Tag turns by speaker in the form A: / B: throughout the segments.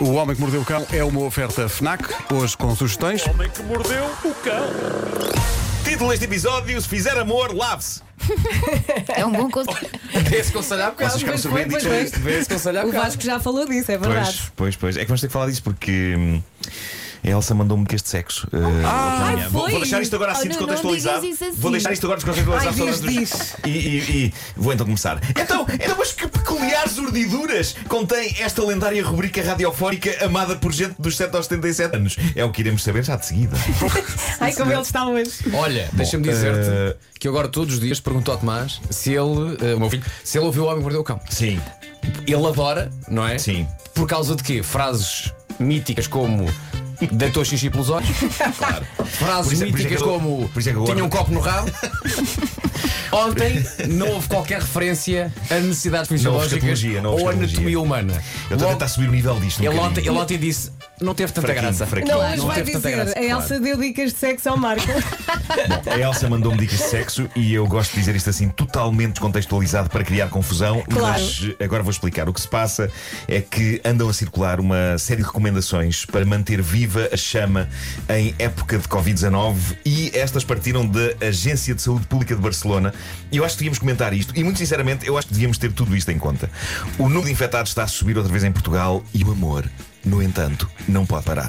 A: O Homem que Mordeu o Cão é uma oferta FNAC, hoje com sugestões.
B: O homem que mordeu o cão.
C: Título deste episódio: Se fizer amor, lave-se.
D: É um bom conselho.
E: Vê-se conselho há é um bocado.
C: Vocês ficaram
E: pois foi,
C: surpreendidos
E: pois
C: com
E: foi.
C: isto.
E: Vê-se conselho há
F: O
E: bocado.
F: Vasco já falou disso, é verdade.
C: Pois, pois, pois. É que vamos ter que falar disso porque hum, a Elsa mandou-me que este sexo. uh, hoje de manhã.
F: ai,
C: vou, vou
F: foi?
C: deixar isto agora assim
D: Oh, não, não
C: descontextualizado.
D: digas isso assim.
C: Vou deixar isto agora descontextualizado.
E: Ai,
C: só
E: diz,
C: durante os-
E: diz.
C: E, e- e vou então começar. Então, então, mas que peculiares urdiduras contém esta lendária rubrica radiofónica amada por gente dos 7 aos 77 anos? É o que iremos saber já de seguida.
F: Ai, como ele está hoje.
E: Olha, deixa-me dizer-te
C: eh,
E: que eu agora todos os dias pergunto ao Tomás se ele, eh, o meu filho, se ele ouviu o Homem que Mordeu o Cão.
C: Sim,
E: Ele adora, não é?
C: Sim.
E: Por causa de quê? Frases míticas como. Deitou xixi pelos olhos.
C: claro. Por
E: Frases
C: isso é- por isso é
E: míticas
C: que eu-
E: como.
C: por isso é que eu
E: tinha
C: agora-
E: um copo no rabo. Ontem não houve quouquer referência a necessidades fisiológicas
C: escatologia, não houve
E: ou
C: escatologia.
E: anatomia humana.
C: Eu estou a
E: Logo,
C: tentar subir o nível disto. um
E: ele, ontem,
C: bocadinho.
E: ele ontem disse: não teve tanta
C: Fraquinho,
E: graça.
C: fraquinho.
F: Não,
C: Claro,
F: hoje
E: não
F: vai
E: teve tanta
F: dizer.
E: graça,
F: a Elsa
E: claro.
F: deu dicas de sexo ao Marco.
C: A Elsa mandou-me dicas de sexo e eu gosto de dizer isto assim totalmente descontextualizado para criar confusão,
F: Claro.
C: mas eh, agora vou explicar. O que se passa é que andam a circular uma série de recomendações para manter viva a chama em época de Covid-19 e estas partiram da Agência de Saúde Pública de Barcelona. E eu acho que devíamos comentar isto e, muito sinceramente, eu acho que devíamos ter tudo isto em conta. O número de infectados está a subir outra vez em Portugal e o amor, no entanto, não pode parar.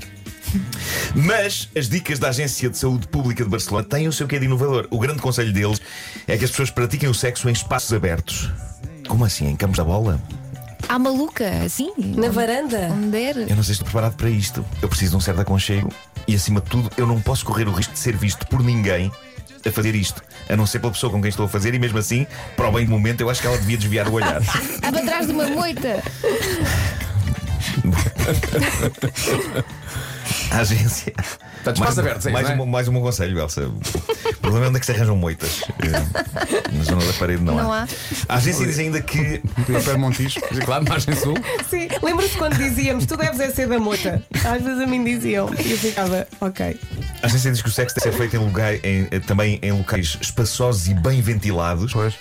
C: Mas as dicas da Agência de Saúde Pública de Barcelona têm o seu quê de inovador. O grande conselho deles é que as pessoas pratiquem o sexo em espaços abertos. Como assim? Em campos da bola?
D: À Ah, maluca, assim?
F: Na varanda?
D: Onde der?
C: Eu não sei se estou preparado para isto. Eu preciso de um certo aconchego e, acima de tudo, eu não posso correr o risco de ser visto por ninguém a fazer isto, a não ser pela pessoa com quem estou a fazer, e mesmo assim, para o bem do momento, eu acho que ela devia desviar o olhar.
D: Ah, para trás de uma moita.
C: A agência.
E: Portanto, espaços abertos, é isso,
C: mais,
E: não é?
C: um, mais um bom conselho, Elsa. O problema é onde é que se arranjam moitas. Eh, Na zona da parede não,
D: Não
C: há.
D: há.
C: A agência diz ainda que
A: Pedro Montijo.
E: Claro, margem sul.
F: Sim. Lembra-se quando dizíamos: tu deves é ser da mota? Às vezes a mim diziam. E eu ficava: ok.
C: A agência diz que o sexo deve ser feito em lugar, em- eh, também em locais espaçosos e bem ventilados. Pois.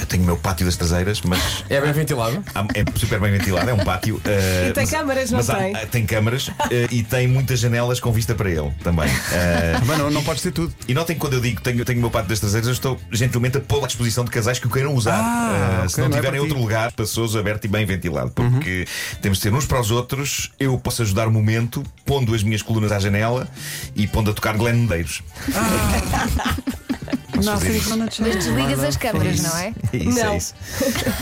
C: Eu tenho o meu pátio das traseiras, mas
E: É bem ventilado.
C: há- é super bem ventilado, é um pátio. eh,
F: E tem
C: mas-
F: câmaras, não
C: mas há-
F: tem?
C: há- tem câmaras eh, e tem muitas janelas com vista para ele também. Eh,
A: Mas não, não pode ser tudo.
C: e notem que quando eu digo que tenho, tenho o meu pátio das traseiras, eu estou gentilmente a pô-lo à disposição de casais que o queiram usar.
A: Ah,
C: Eh,
A: ok,
C: se não
A: não é
C: tiverem
A: para ti.
C: outro lugar espaçoso, aberto e bem ventilado. Porque temos de ser uns para os outros. Eu posso ajudar o momento pondo as minhas colunas à janela e pondo a tocar Glenn Medeiros.
A: Não,
C: fazer
A: sim,
C: isso.
A: não, não,
D: Mas desligas as câmaras, não é?
C: É isso,
F: Não.
C: é isso.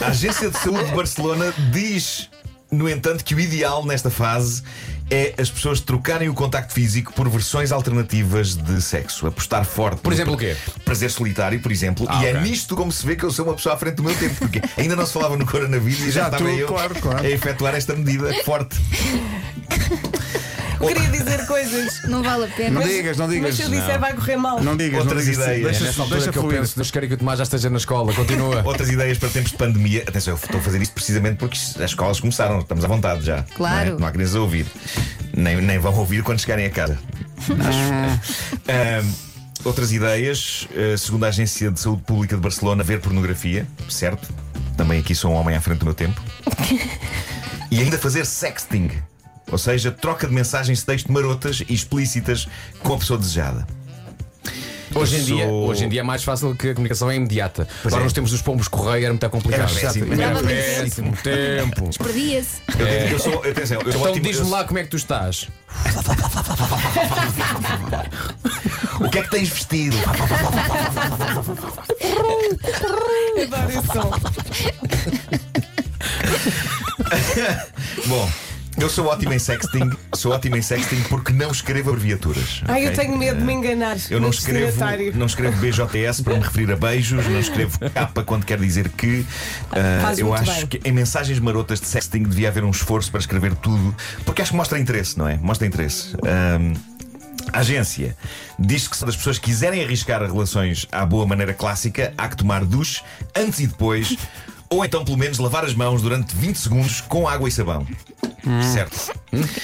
C: A Agência de Saúde de Barcelona diz, no entanto, que o ideal nesta fase é as pessoas trocarem o contacto físico por versões alternativas de sexo. Apostar forte.
E: Por
C: no
E: exemplo, o quê?
C: Prazer solitário, por exemplo.
E: Ah,
C: e é
E: ok.
C: nisto como se vê que eu sou uma pessoa à frente do meu tempo, porque ainda não se falava no coronavírus e já,
A: Já
C: estava
A: tu,
C: eu
A: claro, claro.
C: a efetuar esta medida forte.
F: Eu queria dizer coisas.
D: Não vale a pena.
A: Não digas, não digas.
F: Mas se eu disser, vai correr mal.
A: Não digas, não
C: Outras
A: digas.
C: ideias.
A: Deixa,
E: É nessa altura
A: deixa
E: que eu
A: fluir.
E: penso, Deus queira que o Tomás já esteja na escola, continua.
C: Outras ideias para tempos de pandemia. Atenção, eu estou a fazer isto precisamente porque as escolas começaram, estamos à vontade já.
D: Claro.
C: Não, é? Não há crianças a ouvir. Nem, nem vão ouvir quando chegarem a casa. Acho. Ahm, outras ideias, eh, segundo a Agência de Saúde Pública de Barcelona, ver pornografia, certo? Também aqui sou um homem à frente do meu tempo. E ainda fazer sexting. Ou seja, troca de mensagens de texto marotas e explícitas com a pessoa desejada.
E: Hoje em,
C: Sou-
E: dia, hoje em dia é mais fácil que a comunicação é imediata.
C: Pois
E: Agora
C: é.
E: nos tempos dos pombos correio era muito complicado.
C: Era péssimo.
E: Era
D: Mandava
E: péssimo tempo.
D: Perdia-se.
C: Eu, eu sou, atenção, eu sou
E: Então
C: ótimo-
E: diz-me lá como é que tu estás.
C: O que é que tens vestido?
F: Adoro esse som.
C: Bom, eu sou ótimo em sexting, sou ótimo em sexting porque não escrevo abreviaturas.
F: Ai, eu
C: ok?
F: tenho medo de me enganar.
C: Eu não
F: no
C: escrevo,
F: destinatário.
C: não escrevo BJS para me referir a beijos, não escrevo capa quando quer dizer que. ah,
F: Faz
C: eu
F: muito
C: acho
F: bem.
C: que em mensagens marotas de sexting devia haver um esforço para escrever tudo, porque acho que mostra interesse, não é? Mostra interesse. Ahm, a agência diz que se as pessoas quiserem arriscar relações à boa maneira clássica, há que tomar duche antes e depois, ou então pelo menos lavar as mãos durante 20 segundos com água e sabão. Certo.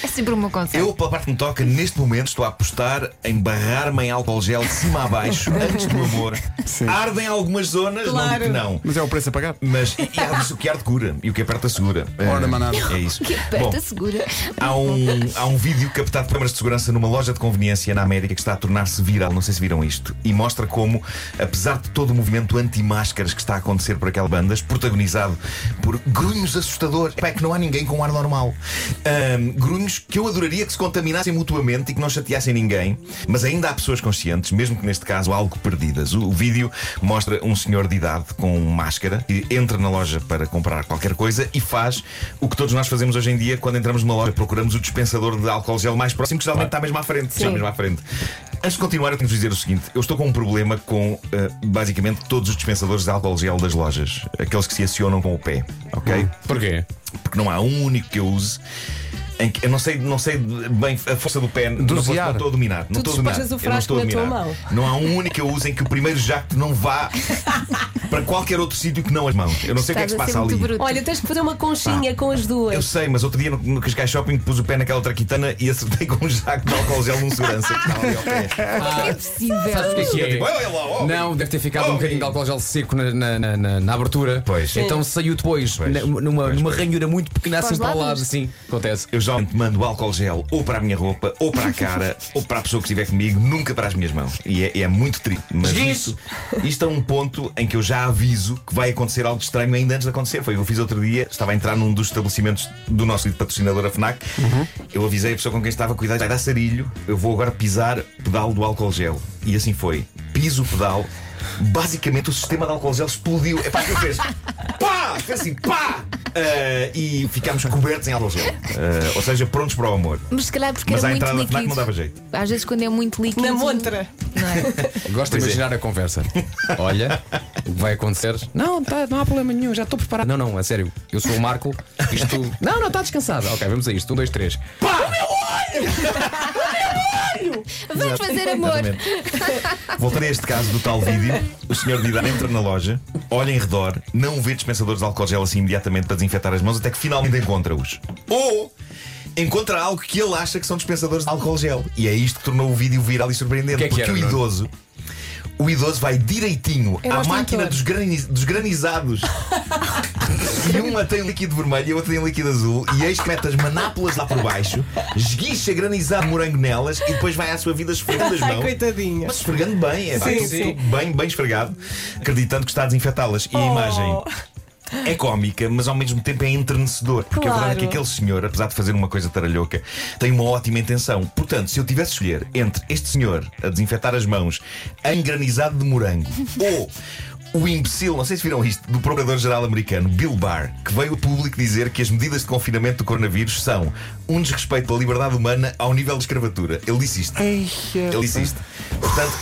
D: É sempre o meu conselho.
C: Eu, pela parte que me toca, neste momento estou a apostar em barrar-me em álcool gel de cima a baixo antes do amor. Ardem algumas zonas, não
F: Claro.
C: digo que não.
A: Mas é o preço a pagar.
C: Mas e há, o que arde cura e o que aperta segura. É,
A: Ora, manada.
C: É isso.
D: Que
C: Bom,
D: aperta segura.
C: Há um, há um vídeo captado por câmaras de segurança numa loja de conveniência na América que está a tornar-se viral, não sei se viram isto, e mostra como, apesar de todo o movimento anti-máscaras que está a acontecer por aquela bandas, protagonizado por grunhos assustadores, Epá, é que não há ninguém com ar normal. Ahm, grunhos que eu adoraria que se contaminassem mutuamente e que não chateassem ninguém, mas ainda há pessoas conscientes, mesmo que neste caso algo perdidas. O, o vídeo mostra um senhor de idade com máscara que entra na loja para comprar qualquer coisa e faz o que todos nós fazemos hoje em dia quando entramos numa loja, procuramos o dispensador de álcool gel mais próximo, que geralmente está mesmo à frente. Está mesmo à frente. Antes de continuar, eu tenho que vos dizer o seguinte: eu estou com um problema com eh, basicamente todos os dispensadores de álcool gel das lojas, aqueles que se acionam com o pé,
E: Hum.
C: ok?
E: Porquê?
C: porque não há um único que eu use. Em que, eu não sei, não sei bem a força do pé, não, posso-
A: Dosear.
C: não estou a dominar. Não
F: Tu
C: estou a dominar.
F: despejas o
C: eu não
F: frasco
C: estou a
F: na tua
C: dominar.
F: mão.
C: Não há um único que eu use em que o primeiro jacto não vá para qualquer outro sítio que não as mãos. Eu não sei o que é que se
D: Estás a ser
C: passa ali.
D: muito bruto.
F: Olha, tens que fazer uma conchinha com as
C: Eu
F: duas.
C: sei, mas outro dia no, no Cascais Shopping pus o pé naquela traquitana e acertei com um jacto de álcool gel num segurança que estava ali ao pé.
D: é possível.
E: Sabes o que é que é?
C: Tipo, olha lá, oh.
E: Não, deve ter ficado um
C: Oh,
E: bocadinho de
C: e-
E: álcool gel seco na, na- na- na- na abertura.
C: Pois.
E: Então saiu depois,
C: Pois.
E: na- numa,
C: Pois,
E: numa
C: pois.
E: ranhura muito pequena,
D: Para
E: assim
D: os
E: para o lado,
D: lados.
E: assim. Acontece.
C: Eu geralmente mando álcool gel ou para a minha roupa, ou para a cara, ou para a pessoa que estiver comigo, nunca para as minhas mãos. E é, é muito triste. Mas
E: Esguincho.
C: isto, isto é um ponto em que eu já aviso que vai acontecer algo estranho ainda antes de acontecer. Foi o que eu fiz outro dia, estava a entrar num dos estabelecimentos do nosso querido patrocinador, a FNAC. Eu avisei a pessoa com quem estava, cuidado, vai dar sarilho, eu vou agora pisar o pedal do álcool gel. E assim foi. Piso o pedal. Basicamente o sistema de álcool gel explodiu. É pá, que eu fez pá! Fez assim, pá! Ah, e ficámos cobertos em álcool gel. Ah, ou seja, prontos para o amor.
D: Mas se calhar porque
C: Mas à
D: era muito
C: entrada da
D: líquido.
C: FNAC não dava jeito.
D: Às vezes quando é muito líquido.
F: Na montra.
D: Não é?
E: Gosto de imaginar a conversa. Olha, o que vai acontecer? Não, tá, não há problema nenhum, já estou preparado. Não, não, é sério. Eu sou o Marco, isto. Não, não, está descansado. Ok, vamos a isto. Um, dois, três.
D: Vamos fazer amor.
C: Voltando a este caso do tal vídeo, o senhor de idade entra na loja, olha em redor, não vê dispensadores de álcool gel assim imediatamente para desinfetar as mãos, até que finalmente encontra-os. Ou encontra algo que ele acha que são dispensadores de álcool gel. E é isto que tornou o vídeo viral e surpreendente,
E: O que é que
C: porque
E: era,
C: o
E: Nuno?
C: idoso. O idoso vai direitinho
F: Era
C: à
F: É o
C: máquina
F: extintor.
C: dos, graniz- dos granizados. e uma tem líquido vermelho e a outra tem líquido azul. E eis que mete as manápolas lá por baixo, esguicha granizado de morango nelas e depois vai à sua vida esfregando as
F: Ai,
C: mãos.
F: coitadinha.
C: Mas esfregando bem, é pá,
F: Sim,
C: tudo-
F: sim. Oh.
C: tudo bem, bem esfregado, acreditando que está a desinfetá-las. E a imagem é cómica, mas ao mesmo tempo é enternecedor. Porque a verdade é que
F: Claro.
C: aquele senhor, apesar de fazer uma coisa taralhoca, tem uma ótima intenção. Portanto, se eu tivesse de escolher entre este senhor a desinfetar as mãos em granizado de morango ou. O imbecil, não sei se viram isto, do Procurador-Geral americano, Bill Barr, que veio ao público dizer que as medidas de confinamento do coronavírus são um desrespeito pela liberdade humana ao nível de escravatura. Ele disse isto.
F: É
C: Ele disse isto. Portanto,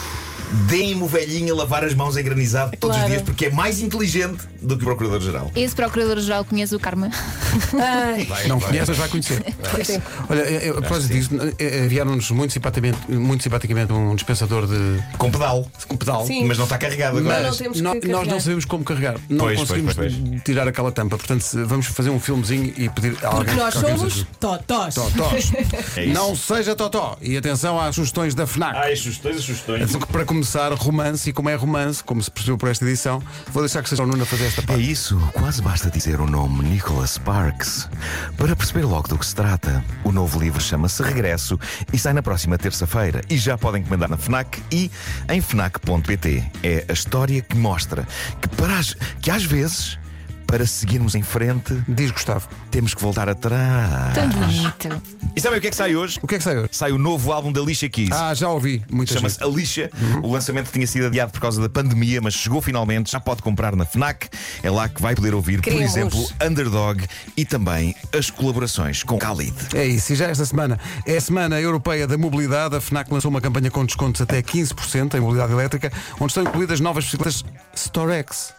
C: deem-me o velhinho a lavar as mãos em granizado todos os
F: Claro.
C: dias, porque é mais inteligente do que o Procurador-Geral.
D: Esse Procurador-Geral conhece o Karma.
A: não conhece, mas vai conhecer.
F: é.
A: Olha, eu- eu- a propósito disso, eh, enviaram-nos muito simpaticamente, muito simpaticamente um dispensador de
C: Com pedal.
A: com pedal.
F: Sim.
C: Mas não está carregado agora.
F: Mas não temos que
A: nó- nós
F: carregar.
A: não sabemos como carregar. Não
C: Pois, pois,
A: conseguimos
C: pois,
A: tirar aquela tampa. Portanto, se- vamos fazer um filmezinho e pedir a alguém.
F: Porque nós
A: que alguém nos
F: somos
A: ajude.
F: totós.
A: Totós.
C: É isso.
A: Não seja Totó. E atenção às sugestões da FNAC.
C: Ai, sugestões e sugestões.
A: Para começar, romance, e como é romance, como se percebeu por esta edição, vou deixar que seja o Nuno a fazer esta
G: É
A: parte.
G: isso, quase basta dizer o nome Nicholas Sparks para perceber logo do que se trata. O novo livro chama-se Regresso e sai na próxima terça-feira. E já podem encomendar na FNAC e em FNAC.pt. É a história que mostra que, para as- que às vezes, para seguirmos em frente,
A: Diz Gustavo.
G: temos que voltar atrás.
C: Ah,
D: Tão bonito.
C: E sabem o que é que sai hoje?
A: O que é que sai hoje?
C: Sai o novo álbum da Alicia Keys.
A: Ah, Uhum. já ouvi. Muita gente.
C: Chama-se Alicia. O lançamento tinha sido adiado por causa da pandemia, mas chegou finalmente. Já pode comprar na Fnac. É lá que vai poder ouvir, por
F: Queremos.
C: exemplo, Underdog e também as colaborações com Khalid.
A: É isso, e já esta semana é a Semana Europeia da Mobilidade. A FNAC lançou uma campanha com descontos até 15% em mobilidade elétrica, onde estão incluídas novas bicicletas Storex.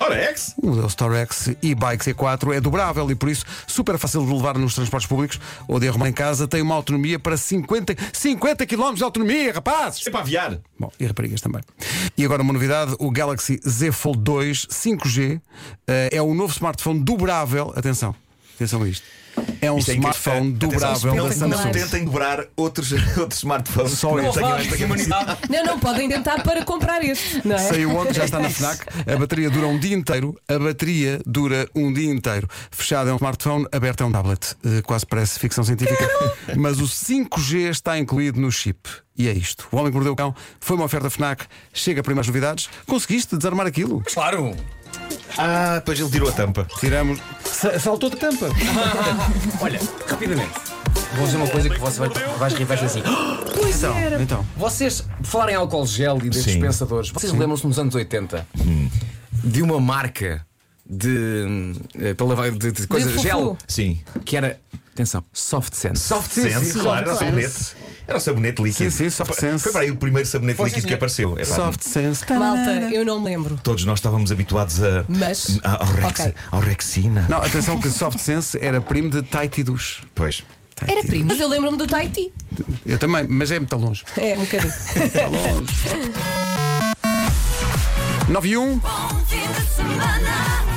C: Ora, ex!
A: O modelo Storex e Bike C4 é dobrável e, por isso, super fácil de levar nos transportes públicos ou de arrumar em casa. Tem uma autonomia para 50, 50 km de autonomia, rapazes!
C: Sempre a é aviar.
A: Bom, e raparigas também. E agora uma novidade: o Galaxy Z Fold 2 5G eh, é o novo smartphone dobrável. Atenção, atenção a isto. É um
C: Isto é incrível.
A: smartphone
C: Atenção,
A: dobrável
C: não-
A: da Samsung.
C: Não tentem dobrar outros, outros smartphones.
A: Só
C: que não
A: esse.
C: tenham esta capacidade.
F: Não, não, podem tentar para comprar este, não é?
A: Saiu ontem, já está na FNAC. A bateria dura um dia inteiro. A bateria dura um dia inteiro. Fechado é um smartphone, aberto é um tablet. Eh, Quase parece ficção científica. Mas o 5G está incluído no chip. E é isto. O Homem que Mordeu o Cão foi uma oferta FNAC. Chega para mais novidades. Conseguiste desarmar aquilo?
B: Claro!
C: Ah, depois ele tirou a tampa.
A: Tiramos. Sa- Saltou de tampa.
B: Olha, rapidamente.
E: Vou dizer uma coisa que você vai, vais rir, vais assim.
A: Então, então.
E: Vocês, por falar em álcool gel e de
C: Sim. Hum.
E: dispensadores, vocês lembram-se nos anos 80 de uma marca de, eh, para lavar- de, de coisa,
F: fufu.
E: gel,
C: Sim.
E: que era, atenção, soft sense.
C: Soft sense, claro, era o sabonete. Era o sabonete líquido.
A: Sim, sim, soft
C: Foi-
A: sense.
C: Foi para aí o primeiro sabonete líquido que apareceu. É pá,
A: Soft sense.
F: Malta, eu não me lembro.
C: Todos nós estávamos habituados a.
F: Mas-
C: a- Ao, rex,
F: Ok.
C: ao Rexina.
A: Não, atenção que soft sense era primo de Taiti Dush.
C: Pois.
D: Era primo.
F: Mas eu lembro-me do Tahiti.
A: Eu também, mas é muito longe.
F: É, um bocadinho.
A: 9 e 1.
H: Bom fim de semana.